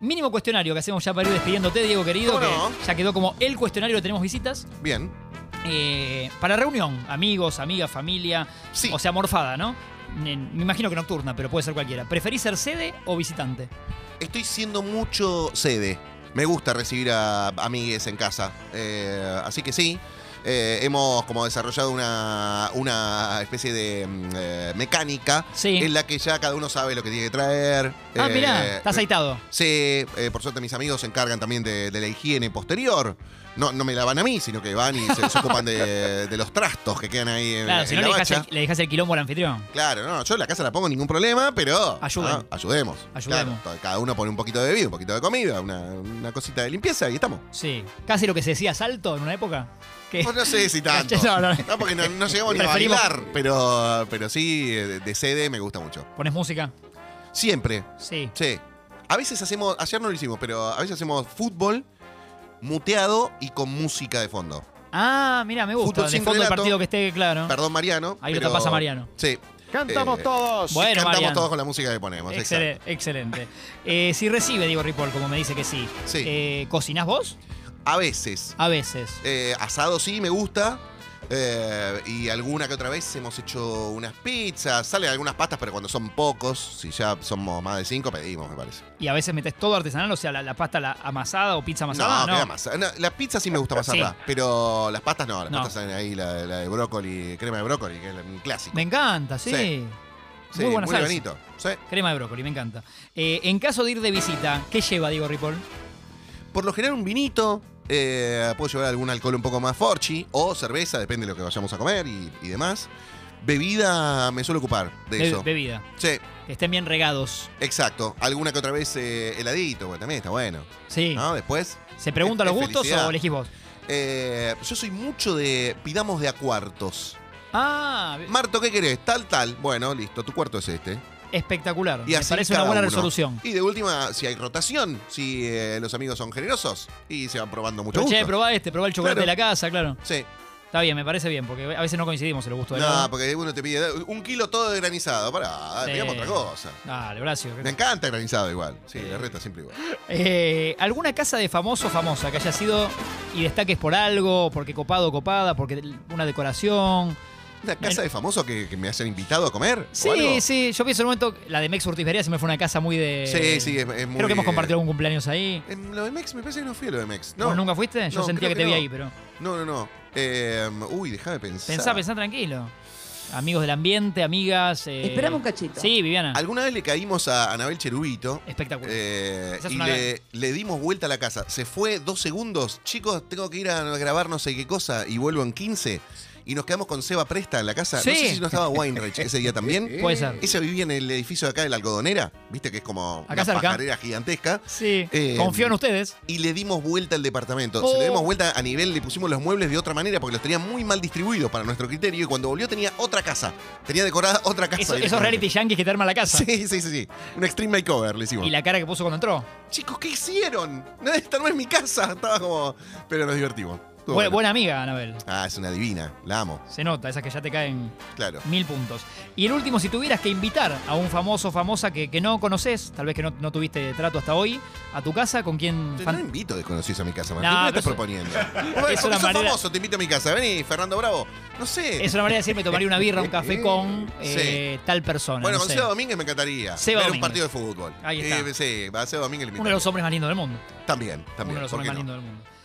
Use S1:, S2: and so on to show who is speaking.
S1: Mínimo cuestionario que hacemos ya para ir despidiéndote, Diego querido,
S2: ¿Cómo
S1: que
S2: no?
S1: ya quedó como el cuestionario, tenemos visitas.
S2: Bien.
S1: Eh, para reunión, amigos, amigas, familia,
S2: Sí.
S1: o sea, morfada, ¿no? Nen- Me imagino que nocturna, pero puede ser cualquiera. ¿Preferís ser sede o visitante?
S2: Estoy siendo mucho sede. Me gusta recibir a amigues en casa. Eh, así que sí. eh, hemos como desarrollado una, una especie de mm, eh, mecánica
S1: Sí.
S2: en la que ya cada uno sabe lo que tiene que traer.
S1: ah,
S2: Eh,
S1: mirá, estás aceitado.
S2: Sí, eh, por suerte mis amigos se encargan también de, de la higiene posterior. No, no me la van a mí, sino que van y se, se ocupan de, de los trastos que quedan ahí en,
S1: Claro, si
S2: en
S1: no le
S2: la
S1: dejás,
S2: bacha.
S1: el, le dejás el quilombo al anfitrión.
S2: Claro, no, yo en la casa la pongo ningún problema, pero
S1: Ayuden.
S2: ah, ayudemos.
S1: Ayudemos.
S2: Claro, to- cada uno pone un poquito de bebida, un poquito de comida, una, una cosita de limpieza y estamos.
S1: Sí. Casi lo que se decía salto en una época. Que
S2: Pues no sé si tanto.
S1: No, no.
S2: No, porque no, no llegamos ni a
S1: Preferimos-
S2: bailar, pero, pero sí, eh, de, de sede me gusta mucho.
S1: pones música.
S2: Siempre,
S1: Sí.
S2: sí. A veces hacemos, ayer no lo hicimos, pero a veces hacemos fútbol muteado y con música de fondo.
S1: Ah, mira, me gusta.
S2: Fútbol
S1: De
S2: sin
S1: fondo el
S2: relato.
S1: partido que esté claro.
S2: Perdón, Mariano.
S1: Ah. Ahí lo
S2: pero-
S1: tapás a Mariano.
S2: Sí.
S3: Cantamos
S2: Eh,
S3: todos.
S1: Bueno,
S2: Cantamos
S1: Mariano.
S2: todos con la música que ponemos. exacto.
S1: Excelente. excelente. Eh, si recibe, Diego Ripoll, como me dice que sí.
S2: Sí.
S1: Eh, ¿Cocinás vos?
S2: A veces.
S1: A veces.
S2: Eh, asado sí, me gusta. Eh, y alguna que otra vez hemos hecho unas pizzas. Salen algunas pastas, pero cuando son pocos, si ya somos más de cinco, pedimos, me parece.
S1: Y a veces metes todo artesanal, o sea, la, la pasta la amasada o pizza amasada.
S2: no, queda masa. No, la pizza sí me gusta pasarla,
S1: Sí. pero
S2: pero las pastas no. Las
S1: No.
S2: pastas salen ahí, la, la de brócoli, crema de brócoli, que es un clásico.
S1: Me encanta, sí.
S2: Sí. Sí,
S1: muy buena salsa.
S2: livianito. Sí.
S1: Crema de brócoli, me encanta. Eh, en caso de ir de visita, ¿qué lleva Diego Ripoll?
S2: Por lo general un vinito. eh, puedo llevar algún alcohol un poco más forchi o cerveza, depende de lo que vayamos a comer y, y demás. Bebida me suelo ocupar de
S1: Be-
S2: eso.
S1: bebida.
S2: Sí,
S1: Que estén bien regados.
S2: exacto. Alguna que otra vez eh, heladito, porque también está bueno.
S1: Sí.
S2: ¿No? Después.
S1: ¿Se pregunta los
S2: Ah. Es- es
S1: gustos
S2: felicidad.
S1: o elegís vos?
S2: eh, yo soy mucho de. Pidamos de a cuartos.
S1: Ah, be-
S2: Marto, ¿qué querés? Tal, tal. Bueno, listo, tu cuarto es este.
S1: espectacular.
S2: Y
S1: me
S2: así
S1: parece una
S2: cada
S1: buena
S2: uno.
S1: resolución.
S2: Y de última, si hay rotación, si eh, los amigos son generosos y se van probando mucho.
S1: Pero, che,
S2: gusto.
S1: probá este, probá el chocolate
S2: Claro.
S1: de la casa, claro.
S2: Sí.
S1: Está bien, me parece bien, porque a veces no coincidimos en los gustos de
S2: No,
S1: nada.
S2: porque uno te pide un kilo todo de granizado. Pará,
S1: Sí.
S2: digamos otra cosa.
S1: Dale, Horacio.
S2: Me encanta el granizado igual. Sí, la reta siempre igual.
S1: Eh, ¿Alguna casa de famoso o famosa que haya sido y destaques por algo, porque copado o copada, porque una decoración?
S2: ¿Una casa de famosos que, que me hayan invitado a comer? o algo?
S1: Sí, sí, yo pienso en un momento, la de Mex Urtisbería se me fue una casa muy de...
S2: Sí, sí, es, es muy.
S1: Creo que hemos
S2: eh,
S1: compartido algún cumpleaños ahí.
S2: en lo de Mex, me parece que no fui a lo de Mex. No,
S1: ¿Vos nunca fuiste? Yo
S2: No,
S1: sentía
S2: creo
S1: que te
S2: que
S1: vi
S2: no.
S1: ahí, pero...
S2: No, no, no. Eh, uy, déjame pensar.
S1: Pensá, pensá tranquilo. Amigos del ambiente, amigas... eh,
S4: Esperame un cachito.
S1: Sí, Viviana.
S2: Alguna vez le caímos a Anabel Cherubito.
S1: Espectacular.
S2: eh,
S1: Esa es
S2: y
S1: una
S2: le, le dimos vuelta a la casa. Se fue dos segundos. Chicos, tengo que ir a grabar no sé qué cosa y vuelvo en 15. Y nos quedamos con Seba Presta en la casa. No
S1: Sí.
S2: sé si no estaba Weinreich ese día también.
S1: Puede ser.
S2: Ella vivía en el edificio de acá de la algodonera, viste que es como
S1: Acá
S2: una
S1: cerca.
S2: pajarera gigantesca.
S1: Sí,
S2: eh,
S1: confío en ustedes.
S2: Y le dimos vuelta al departamento.
S1: Oh.
S2: Se le dimos vuelta a nivel, le pusimos los muebles de otra manera porque los tenía muy mal distribuidos para nuestro criterio. Y cuando volvió tenía otra casa. Tenía decorada otra casa.
S1: Eso- esos
S2: directamente.
S1: reality yankees que te arman la casa.
S2: Sí, sí, sí, sí. Un extreme makeover le hicimos.
S1: Y la cara que puso cuando entró.
S2: Chicos, ¿qué hicieron? No, esta no es mi casa. Estaba como. Pero nos divertimos. Estuvo
S1: Buena,
S2: bueno.
S1: buena amiga, Anabel.
S2: Ah, es una divina. La amo.
S1: Se nota, esas que ya te caen
S2: Claro.
S1: mil puntos. Y el último, si tuvieras que invitar a un famoso o famosa que, que no conoces, tal vez que no, no tuviste trato hasta hoy, a tu casa, ¿con quién?
S2: Te- No
S1: fan-
S2: invito desconocidos a mi casa, Martín.
S1: No,
S2: ¿Qué me
S1: pero
S2: estás
S1: eso-
S2: proponiendo?
S1: es
S2: Es
S1: una manera-
S2: famoso, te invito a mi casa. Vení, Fernando Bravo. No sé.
S1: Es una manera de decir, me tomaría una birra, un café con eh, tal persona.
S2: bueno,
S1: no
S2: con
S1: sé.
S2: Seba Domínguez me encantaría.
S1: Seba
S2: ver
S1: Domínguez.
S2: un partido de fútbol.
S1: Ahí está.
S2: Eh, sí, a Seba Domínguez le
S1: Uno de los hombres más lindos del mundo.
S2: invitaría. También, también.
S1: Uno de los
S2: ¿por
S1: hombres más
S2: qué no?
S1: lindos del mundo.